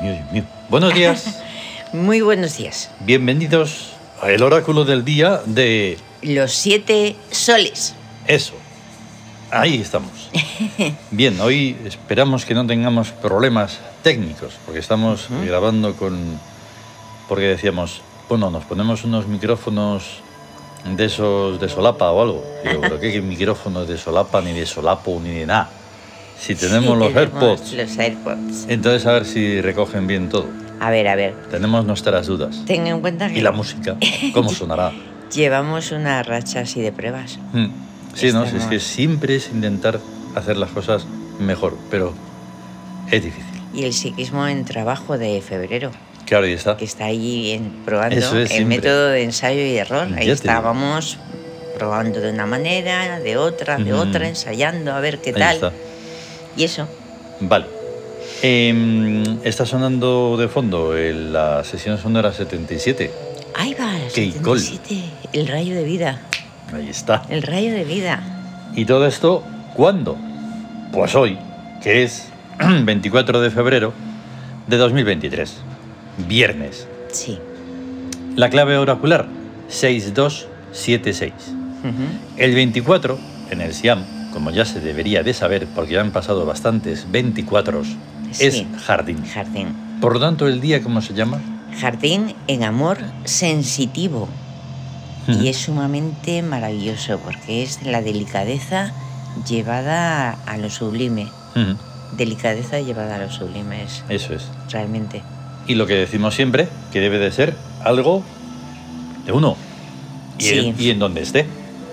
mío, Dios mío. Buenos días, Muy buenos días. bienvenidos al oráculo del día de Los siete soles. eso. Ahí estamos. Bien, hoy esperamos que no tengamos problemas técnicos, porque estamos grabando con... Porque decíamos, bueno, nos ponemos unos micrófonos de esos de solapa o algo. Digo, pero qué micrófonos de solapa, ni de solapo, ni de nada. Si tenemos Sí, los tenemos AirPods, Los AirPods. entonces a ver si recogen bien todo. A ver, a ver. Tenemos nuestras dudas. Ten en cuenta que Y la música, ¿cómo sonará? llevamos una racha así de pruebas. Mm. Sí, no, sí, es Estamos- que siempre es intentar hacer las cosas mejor, pero es difícil. Y el psiquismo en trabajo de febrero, Claro, ahí está. que está ahí en- probando Eso es el siempre. método de ensayo y Ya error. te Ahí digo. estábamos probando de una manera, de otra, de Ujú. otra, ensayando a ver qué Ahí tal. está. Y eso, Vale. Em, está sonando de fondo en la sesión sonora 77. ahí va, el Qué gol. 77, el rayo de vida, Ahí está. el rayo de vida. ¿Y todo esto cuándo? Pues hoy, que es 24 de febrero de 2023, viernes. Sí. La clave oracular 6276. Ujú. El 24, en el Siam, como ya se debería de saber porque ya han pasado bastantes 24, Sí. es jardín. Jardín. Por lo tanto, el día, ¿cómo se llama? Jardín en amor sensitivo. Ujú. Y es sumamente maravilloso porque es la delicadeza llevada a lo sublime. Ujú, Delicadeza llevada a lo sublime es Eso es. realmente. Y lo que decimos siempre, que debe de ser algo de uno. Y, Sí. en, y en donde esté.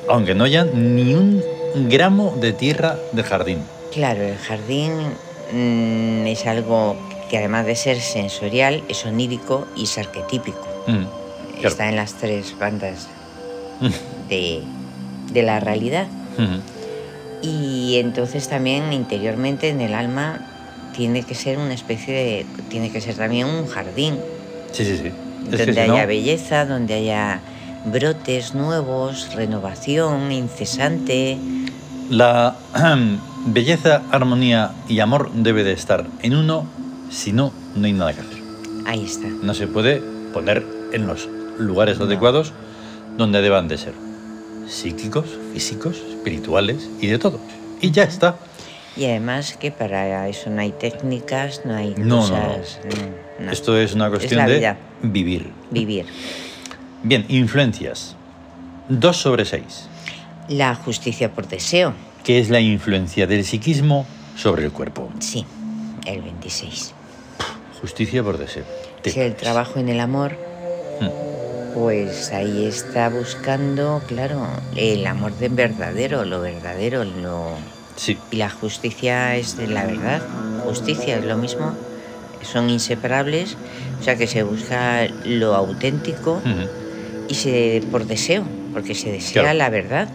Aunque no haya ni un gramo de tierra de jardín. Claro, el jardín mm, es algo que además de ser sensorial, es onírico y es arquetípico. Ujú, Claro. Está en las tres bandas de, de la realidad. ujú, Y entonces también interiormente en el alma tiene que ser una especie de. tiene que ser también un jardín Sí, sí, sí. Es donde que si haya no, belleza, donde haya brotes nuevos, renovación incesante. La belleza, armonía y amor debe de estar en uno, si no, no hay nada que hacer. Ahí está. No se puede poner en los lugares No. adecuados donde deban de ser. Psíquicos, físicos, espirituales y de todo. Y ya está. Y además que para eso no hay técnicas, no hay No, no, cosas. no, no. Esto es una cuestión la de vida. vivir. Vivir. Bien, influencias. 2 sobre 6, La justicia por deseo, que es la influencia del psiquismo sobre el cuerpo. sí, el 26. Justicia por deseo. Te Si el cagas. trabajo en el amor, Mm, Pues ahí está buscando, claro, el amor de verdadero, lo verdadero, lo... Sí, Y la justicia es de la verdad, justicia es lo mismo, son inseparables, o sea que se busca lo auténtico ujú, y se por deseo, porque se desea Claro. la verdad,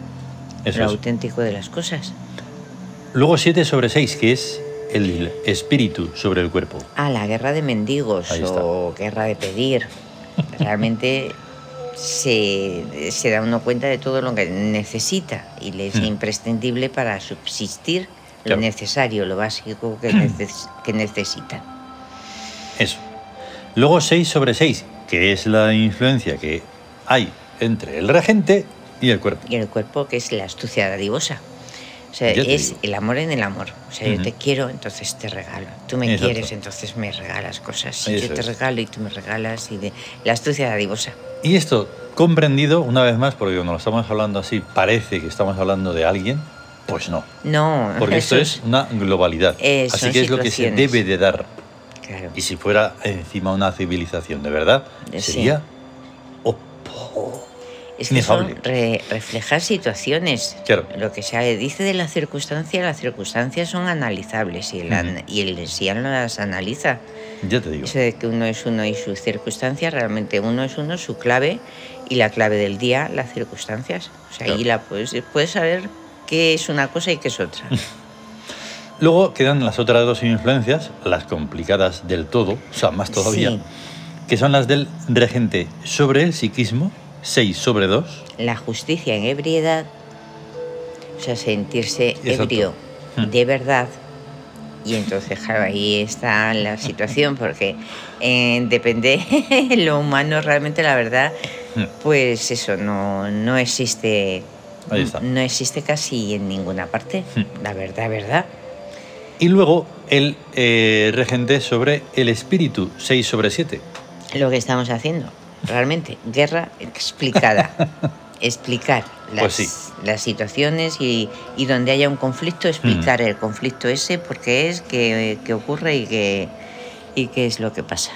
eso lo es. auténtico de las cosas. Luego 7 sobre 6, que es el espíritu sobre el cuerpo. Ah, la guerra de mendigos Ahí está. o guerra de pedir. Realmente se, se da uno cuenta de todo lo que necesita y le es Mm. imprescindible para subsistir Claro. Mm. lo necesario, lo básico que, neces- que necesita. Eso. Luego 6 sobre 6, que es la influencia que hay entre el regente y el cuerpo. Y el cuerpo, que es la astucia dadivosa. O sea, Ya te es digo. el amor en el amor. O sea, Ujú. yo te quiero, entonces te regalo. Tú me Exacto. quieres, entonces me regalas cosas. Y Eso yo te es. regalo y tú me regalas. Y de... La astucia dadivosa. Y esto, comprendido una vez más, porque cuando lo estamos hablando así parece que estamos hablando de alguien, pues no. No, Porque esto eso es una globalidad. Eh, así son que es lo que se situaciones. debe de dar. Claro. Y si fuera encima una civilización de verdad, Eh, sí. sería... Opo. Es que son Inefable. re- reflejar situaciones. Claro. Lo que se dice de la circunstancia, las circunstancias son analizables y el, an- Ujú. y el SIAN las analiza. Ya te digo. Eso de que uno es uno y sus circunstancias, realmente uno es uno, su clave y la clave del día, las circunstancias. O sea, Claro. ahí la puedes, puedes saber qué es una cosa y qué es otra. Luego quedan las otras dos influencias, las complicadas del todo, o sea, más todavía, Sí. que son las del regente sobre el psiquismo, 6 sobre 2. la justicia en ebriedad, o sea, sentirse Exacto. ebrio Mm. de verdad, Y entonces, claro, ahí está la situación, porque eh, depende lo humano realmente, la verdad, Hmm. pues eso, no, no existe. Ahí está. Hmm. No existe casi en ninguna parte, la verdad, verdad. Y luego el eh, regente sobre el espíritu, 6 sobre 7. Lo que estamos haciendo, realmente, guerra explicada. Explicar las, Pues sí. las situaciones y, y donde haya un conflicto, explicar Mm. el conflicto ese, por qué es, qué, qué ocurre y qué, y qué es lo que pasa.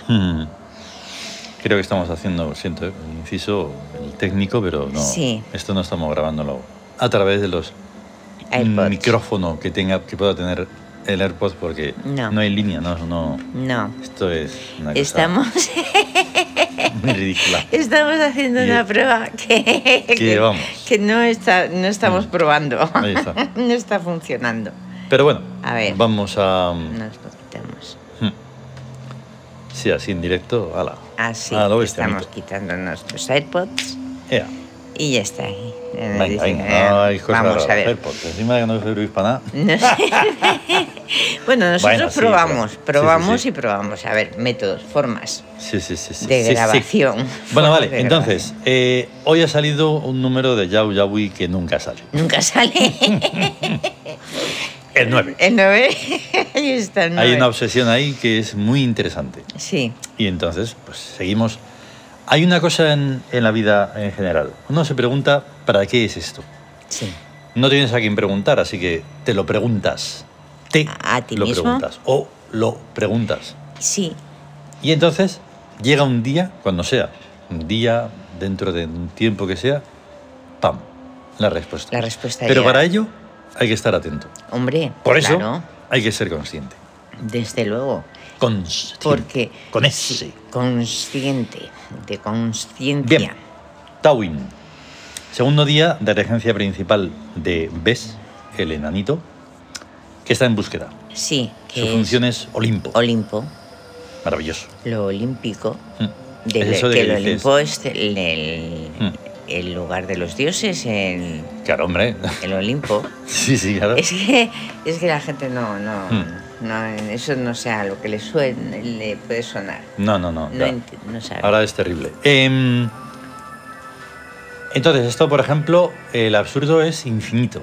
Creo que estamos haciendo, siento, eh, un inciso el técnico, pero no. Sí. Esto no estamos grabándolo a través de los AirPods. micrófono que tenga que pueda tener el AirPod porque No. hay línea, no, no. No, Esto es una cosa estamos, muy ridícula. estamos haciendo Y- una prueba que, que- vamos. que no, está, no estamos Mm. probando. Ahí está. no está funcionando. Pero bueno, A ver. vamos a mm, hmm. Nos lo quitamos. sí, así en directo, ala. Así Ah, lo ves, estamos amito. quitando nuestros AirPods Ea. y ya está. ahí. Eh, nos Venga, dicen, venga, eh, hay cosas vamos a raras. ver. ¿Mm? AirPods, encima de que no servís para nada. No sé. bueno, nosotros Bueno, sí, probamos, pero- probamos sí, sí, sí. y probamos. A ver, métodos, formas Sí, sí, sí. sí, de sí, sí. grabación. Bueno, Formas de vale, entonces, eh, hoy ha salido un número de Yau Yaui que nunca sale. grabación. Nunca sale El 9. el 9. Ahí está el 9. Hay una obsesión ahí que es muy interesante. Sí, Y entonces, pues seguimos. Hay una cosa en, en la vida en general. Uno se pregunta, ¿para qué es esto? sí. No tienes a quién preguntar, así que te lo preguntas. Te ¿A ti lo mismo? preguntas. O lo preguntas. Sí, Y entonces llega un día, cuando sea, un día dentro de un tiempo que sea, ¡pam! La respuesta. la respuesta Pero llega. para ello hay que estar atento. Hombre, Por eso claro, hay que ser consciente. desde luego. Consciente. Porque Con sí, ese. consciente, de conciencia. Bien. Tawin. Segundo día de regencia principal de Bes, el enanito, que está en búsqueda. Sí, que Su es función es Olimpo. Olimpo, Maravilloso. lo olímpico. Mm. de- Es eso de que que el dices, Olimpo es el, el- Mm. el lugar de los dioses, el, Claro, hombre. el Olimpo. sí, sí, claro. es, que, es que la gente no, no, Mm. no, eso no sea lo que le, suene, le puede sonar. No, no, no. No, ya. enti- no sabe. Ahora es terrible. Em, entonces, esto, por ejemplo, el absurdo es infinito.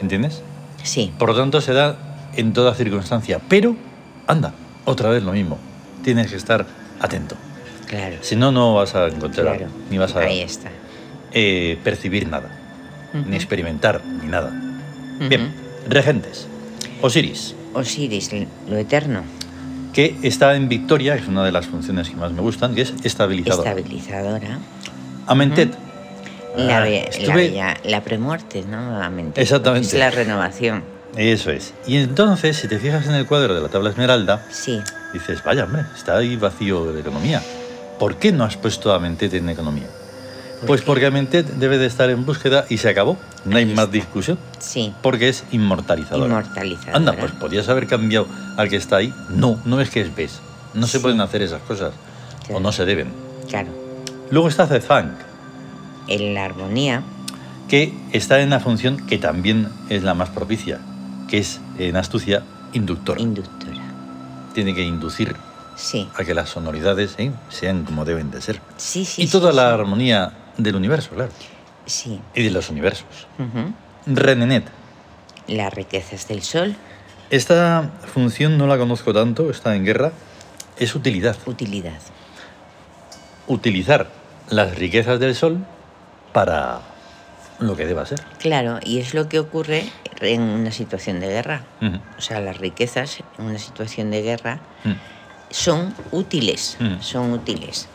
¿Entiendes? sí, Por lo tanto, se da en toda circunstancia. Pero, anda, otra vez lo mismo. Tienes que estar atento. claro. Si no, no vas a encontrar, claro. ni vas a Ahí está. eh, percibir nada, Ujú, ni experimentar, ni nada. ujú. Bien, regentes. Osiris, Osiris, lo eterno, que está en Victoria, que es una de las funciones que más me gustan, que es estabilizador. estabilizadora. Amentet. La, Ah, be- la estuve- bella- la premuerte, ¿no? Nuevamente. Exactamente. Es la renovación. Eso es. Y entonces, si te fijas en el cuadro de la tabla esmeralda, Sí, dices, vaya, hombre, está ahí vacío de economía. ¿Por qué no has puesto a Mentet en economía? Pues porque Amentet debe de estar en búsqueda y se acabó. No hay Ahí más está. discusión sí. porque es inmortalizador. Inmortalizadora. Anda, pues podías haber cambiado al que está ahí. No, no es que es ves. No se Sí. pueden hacer esas cosas. O Claro. no se deben. Claro. Luego está Zezank, En la armonía, que está en la función que también es la más propicia, que es en astucia inductor. inductora. Tiene que inducir Sí. a que las sonoridades ¿eh? sean como deben de ser. Sí, sí. Y sí, toda sí. la armonía del universo, claro. Sí. Y de los universos. ujú. Renenet. Las riquezas del sol, Esta función no la conozco tanto, está en guerra. Es utilidad. utilidad. Utilizar las riquezas del sol para lo que deba ser. Claro, y es lo que ocurre en una situación de guerra. Ujú, O sea, las riquezas en una situación de guerra ujú. son útiles, Mm. son útiles.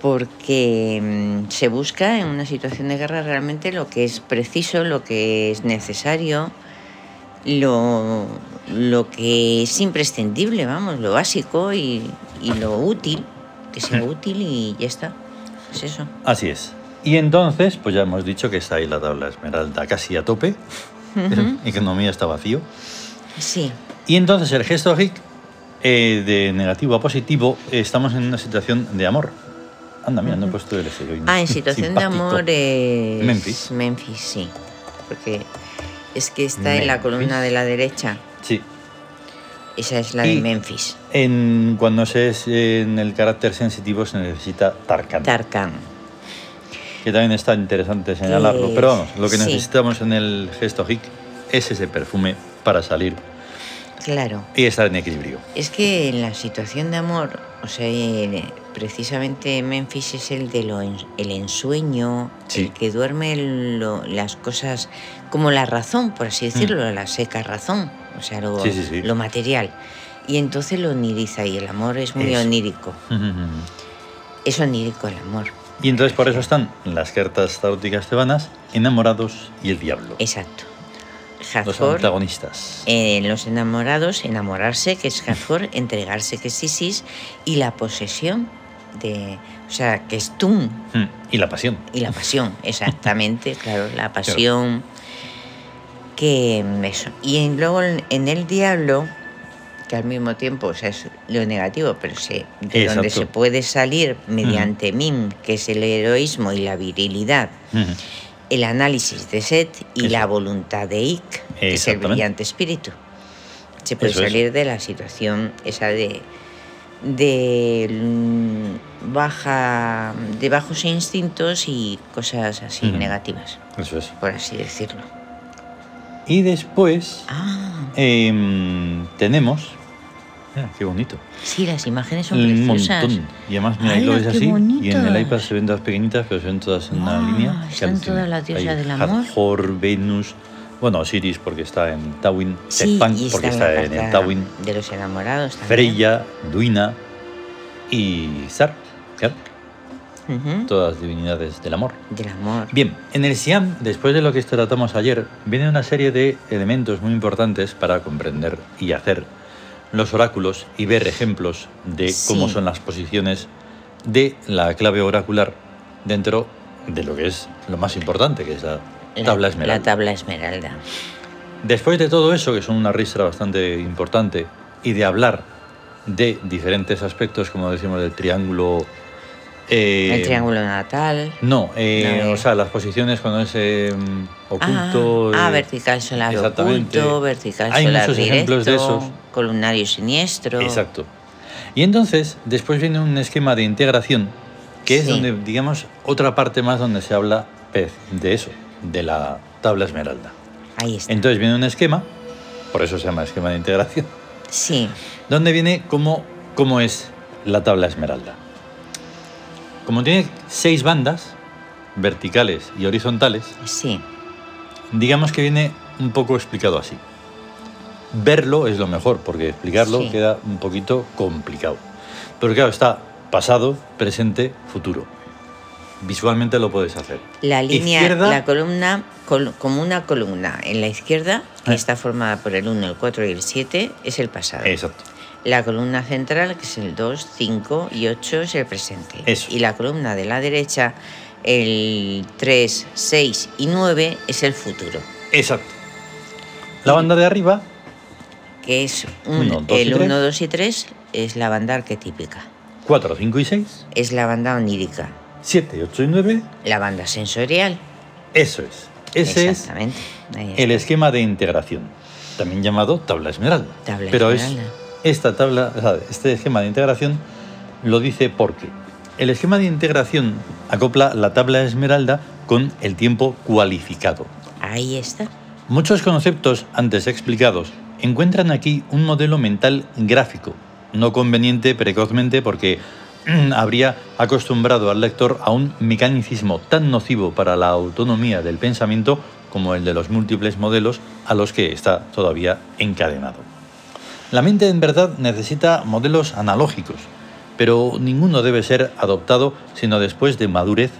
Porque mm, se busca en una situación de guerra realmente lo que es preciso, lo que es necesario, lo, lo que es imprescindible, vamos, lo básico y, y lo útil, que sea Mm. útil y ya está. Es eso. Así es. Y entonces, pues ya hemos dicho que está ahí la tabla esmeralda casi a tope. Ujú. Economía está vacío. Sí, Y entonces el gesto hic, eh, de negativo a positivo, eh, estamos en una situación de amor. Anda, mira, no he puesto el ese, hoy. Ah, en situación de Simpático. amor eh. es Memphis. Memphis, sí. Porque es que está en la Memphis. columna de la derecha. Sí, Esa es la Y- de Memphis. En, cuando se es en el carácter sensitivo se necesita Tarkan, Tarkan. que también está interesante señalarlo. Que- Pero vamos, lo que Eh, sí. necesitamos en el gesto hic es ese perfume para salir Claro. y estar en equilibrio. Es que en la situación de amor, o sea, eh, precisamente Memphis es el de lo en- el ensueño, Sí. el que duerme lo- las cosas como la razón, por así decirlo, la seca razón, o sea, lo, Mm. Sí, sí, sí. lo material. Y entonces lo oniriza y el amor es muy Eso. onírico. Es onírico el amor, Y entonces por eso están las cartas taróticas tebanas, enamorados y el diablo. exacto. Los Hathor, antagonistas. en Eh, los enamorados, enamorarse, que es Hathor, entregarse, que es Isis, y la posesión, de, o sea, que es Tum, Mm, Y la pasión. Y la pasión, exactamente, claro, la pasión. Que mm, eso. Y en- luego en, en el diablo, que al mismo tiempo o sea, es lo negativo, pero se, de Exacto. donde se puede salir mediante MIM, que es el heroísmo y la virilidad, Mm. el análisis de Set y la Eso. voluntad de Ik, que es el Exactamente. brillante espíritu. Se puede Eso es. salir de la situación esa de de mm, baja de bajos instintos y cosas así Ujú. negativas, Eso es. por así decirlo. Y después Ah, em, tenemos... Mira, qué bonito. sí, las imágenes son Un preciosas. montón. Y además, mira, ahí lo ¡Hala, ves qué así. Y en el bonitas! iPad se ven todas pequeñitas, pero se ven todas en una ¡Guau! línea. Están que alucina. todas las diosas Hay del amor. Hathor, Venus. Bueno, Osiris, porque está en Tawin. Sí, Tepán, y porque está está la en carta el Tawin. de los enamorados también. Freya, Duina y Zar. claro, Ujú, Todas divinidades del amor. Del amor. Bien, en el Siam, después de lo que tratamos ayer, viene una serie de elementos muy importantes para comprender y hacer los oráculos y ver ejemplos de cómo Sí. son las posiciones de la clave oracular dentro de lo que es lo más importante, que es la La- tabla La esmeralda. tabla esmeralda. Después de todo eso, que son una ristra bastante importante, y de hablar de diferentes aspectos, como decimos, del triángulo... eh, El triángulo natal. no, eh, No, eh. o sea, las posiciones cuando es eh, oculto. Ah, ah, eh, vertical solar exactamente. oculto, vertical Hay solar muchos directo, ejemplos de esos. columnario siniestro. Exacto. Y entonces, después viene un esquema de integración, que es Sí. donde, digamos, otra parte más donde se habla pez de eso, de la tabla esmeralda. Ahí está. Entonces viene un esquema, por eso se llama esquema de integración, sí, donde viene cómo, cómo es la tabla esmeralda. Como tiene seis bandas, verticales y horizontales, sí. digamos que viene un poco explicado así. Verlo es lo mejor, porque explicarlo Sí. queda un poquito complicado. Pero claro, está pasado, presente, futuro. Visualmente lo puedes hacer. La línea, Izquierda. la columna, col- como una columna. En la izquierda, que Ah. está formada por el 1, el 4 y el 7, es el pasado. Exacto. La columna central, que es el 2, 5 y 8, es el presente. Eso. Y la columna de la derecha, el 3, 6 y 9, es el futuro. Exacto. La banda de arriba, que es un- Uno, dos y el tres. 1, 2 y 3, es la banda arquetípica, 4, 5 y 6, es la banda onírica, 7, 8 y 9, la banda sensorial. eso es. Ese es Exactamente. ahí el está. esquema de integración, también llamado tabla esmeralda. Tabla Pero esmeralda. es esta tabla, o sea, este esquema de integración lo dice porque el esquema de integración acopla la tabla esmeralda con el tiempo cualificado. Ahí está. Muchos conceptos antes explicados encuentran aquí un modelo mental gráfico, no conveniente precozmente porque mm, habría acostumbrado al lector a un mecanicismo tan nocivo para la autonomía del pensamiento como el de los múltiples modelos a los que está todavía encadenado. La mente en verdad necesita modelos analógicos, pero ninguno debe ser adoptado sino después de madurez,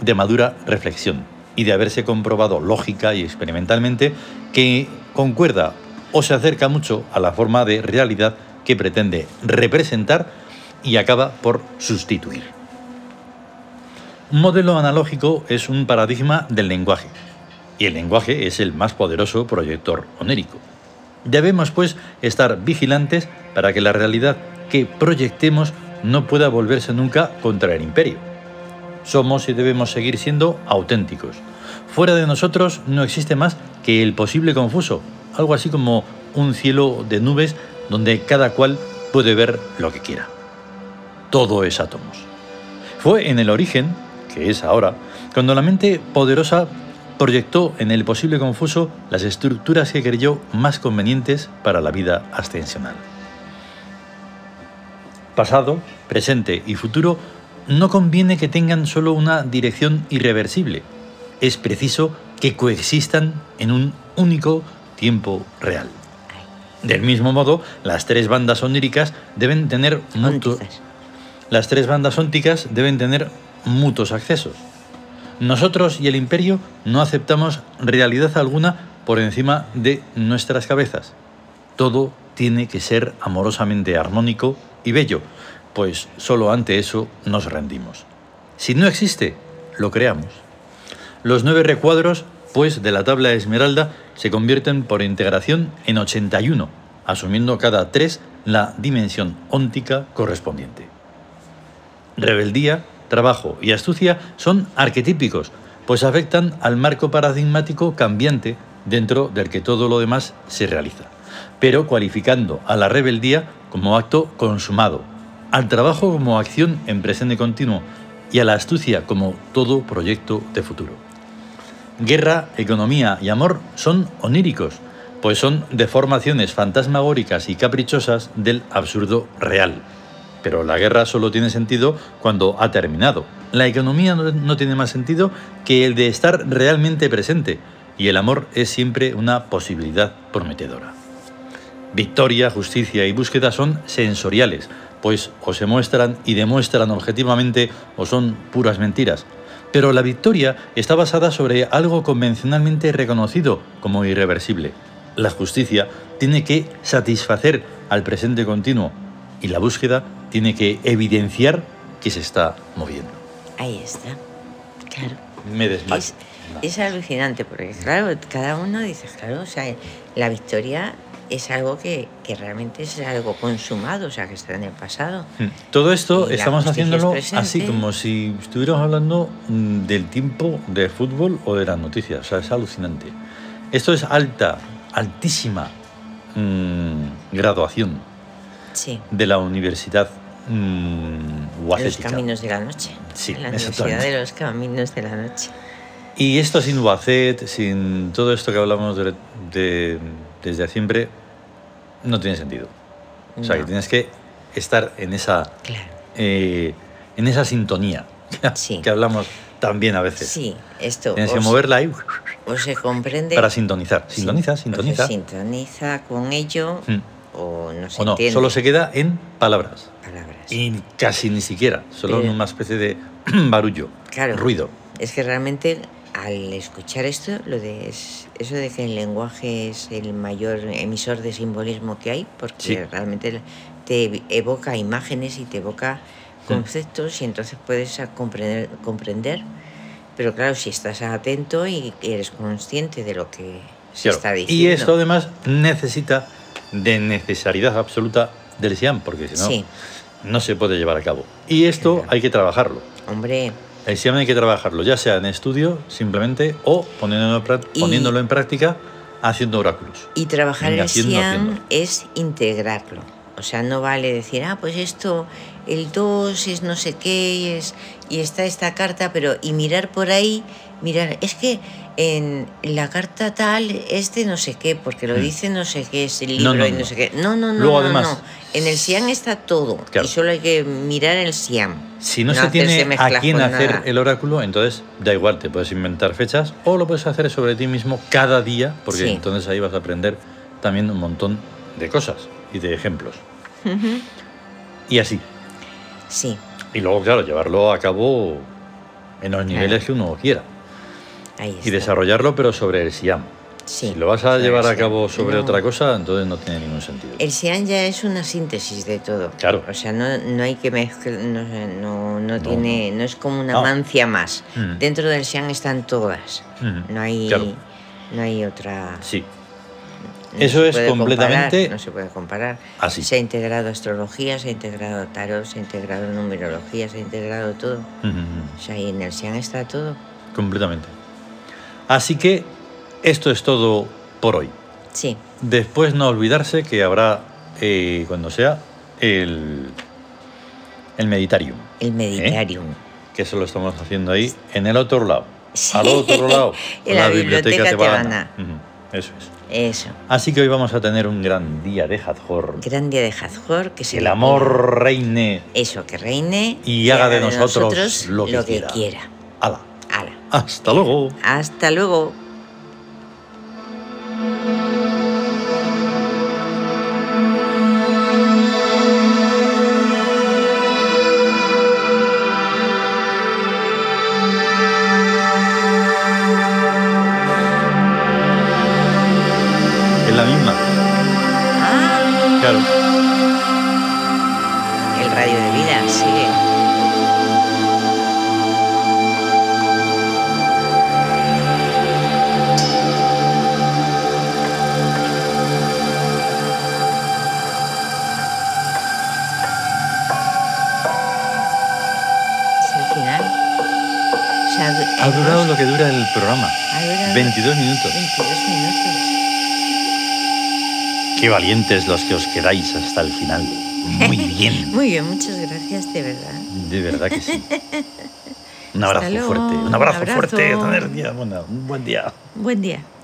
de madura reflexión y de haberse comprobado lógica y experimentalmente que concuerda o se acerca mucho a la forma de realidad que pretende representar y acaba por sustituir. Un modelo analógico es un paradigma del lenguaje, y el lenguaje es el más poderoso proyector onérico. Debemos, pues, estar vigilantes para que la realidad que proyectemos no pueda volverse nunca contra el imperio. Somos y debemos seguir siendo auténticos. Fuera de nosotros no existe más que el posible confuso, algo así como un cielo de nubes donde cada cual puede ver lo que quiera. Todo es átomos. Fue en el origen, que es ahora, cuando la mente poderosa proyectó en el posible confuso las estructuras que creyó más convenientes para la vida ascensional. Pasado, presente y futuro no conviene que tengan solo una dirección irreversible. Es preciso que coexistan en un único tiempo real. Del mismo modo, las tres bandas oníricas deben tener mutuos. Las tres bandas ónticas deben tener mutuos accesos. Nosotros y el imperio no aceptamos realidad alguna por encima de nuestras cabezas. Todo tiene que ser amorosamente armónico y bello, pues solo ante eso nos rendimos. Si no existe, lo creamos. Los nueve recuadros, pues, de la tabla de esmeralda se convierten por integración en 81, asumiendo cada tres la dimensión óntica correspondiente. Rebeldía, trabajo y astucia son arquetípicos, pues afectan al marco paradigmático cambiante dentro del que todo lo demás se realiza, pero cualificando a la rebeldía como acto consumado, al trabajo como acción en presente continuo y a la astucia como todo proyecto de futuro. Guerra, economía y amor son oníricos, pues son deformaciones fantasmagóricas y caprichosas del absurdo real. Pero la guerra solo tiene sentido cuando ha terminado. La economía no, tiene más sentido que el de estar realmente presente, y el amor es siempre una posibilidad prometedora. Victoria, justicia y búsqueda son sensoriales, pues o se muestran y demuestran objetivamente o son puras mentiras. Pero la victoria está basada sobre algo convencionalmente reconocido como irreversible. La justicia tiene que satisfacer al presente continuo y la búsqueda tiene que evidenciar que se está moviendo. Ahí está, claro. Me desmayo. Es, es alucinante porque, claro, cada uno dice, claro, o sea, la victoria es algo que, que, realmente es algo consumado, o sea, que está en el pasado. Mm. Todo esto estamos haciéndolo es así, como si estuviéramos hablando mm, del tiempo de fútbol o de las noticias, o sea, es alucinante. Esto es alta, altísima mmm, graduación sí. de la universidad. Mmm, los caminos de la noche. Sí, la universidad de los caminos de la noche. Y esto sin Wacet, sin todo esto que hablamos de, de desde siempre no tiene sentido. O sea, No. que tienes que estar en esa, Claro. eh, en esa sintonía Sí. que hablamos también a veces. Sí, esto. Tienes o que se- moverla ahí O se comprende. para sintonizar. Sí, Sintoniza, o se sintoniza. sintoniza con ello Mm. o no se O no, entiende solo se queda en palabras. palabras. Y casi ni siquiera, solo en Pero- una especie de barullo, Claro. ruido. Es que realmente al escuchar esto, lo de es- eso de que el lenguaje es el mayor emisor de simbolismo que hay, porque Sí. realmente te evoca imágenes y te evoca Mm. conceptos y entonces puedes a- comprender, comprender. Pero claro, si estás atento y eres consciente de lo que se Claro. está y diciendo. esto además necesita de necesariedad absoluta del SIAM, porque si no, Sí. no se puede llevar a cabo. Y esto Claro. hay que trabajarlo. Hombre, El SIAM hay que trabajarlo, ya sea en estudio simplemente o poniéndolo en prac- Y- poniéndolo en práctica haciendo oráculos. Y trabajar Venga, el haciendo, SIAM haciendo. es integrarlo. O sea, no vale decir, ah, pues esto, el 2 es no sé qué, y, es, y está esta carta, pero y mirar por ahí, mirar, es que en la carta tal es de no sé qué, porque lo Mm. dice no sé qué, es el No, no, libro y no, no. sé qué. No, no, no, Luego, no, además, no. En el SIAM está todo, Claro. y solo hay que mirar el SIAM. Si no, se hacerse tiene a mezclas quién con hacer nada. el oráculo, entonces da igual, te puedes inventar fechas o lo puedes hacer sobre ti mismo cada día, porque Sí. entonces ahí vas a aprender también un montón de cosas y de ejemplos. Y así. Sí, Y luego, claro, llevarlo a cabo en los niveles que uno quiera. ahí está. Y desarrollarlo, pero sobre el SIAM. Sí, Si lo vas a sobre el llevar a SIAM. cabo sobre No. otra cosa, entonces no tiene ningún sentido. El SIAN ya es una síntesis de todo. Claro. O sea, no, no hay que mezclar, no, sé, no, no No, tiene, no es como una No. mancia más. Mm. Dentro del SIAN están todas. Mm. No hay, Claro. no hay otra. Sí. no Eso se es puede comparar, completamente Ah, no se puede comparar. así. Se ha integrado astrología, se ha integrado tarot, se ha integrado numerología, se ha integrado todo. O Mm, sea, y en el SIAN está todo. Completamente. Así que esto es todo por hoy. Sí, Después no olvidarse que habrá eh, cuando sea el, el Meditarium, El Meditarium. que eso lo estamos haciendo ahí en el otro lado. Sí. Al otro lado. En la biblioteca tebana. Ujú, Eso es. Eso. Así que hoy vamos a tener un gran día de Hathor. Gran día de Hathor, que se El le amor reine. ponga- Eso, que reine. Y haga de nosotros lo que quiera. quiera. Ala. Hala. Hasta luego. Hasta luego. Es la misma. Ah, Claro. el radio de vida sigue. Es el final. O sea, du- Ha durado lo que dura el programa. ha durado 22 minutos. 22 minutos. Qué valientes los que os quedáis hasta el final. Muy bien. Muy bien, muchas gracias, de verdad. De verdad que sí. Un Hasta abrazo luego, fuerte. Un un abrazo, abrazo. fuerte. Tener día. Bueno, un buen día. Buen día.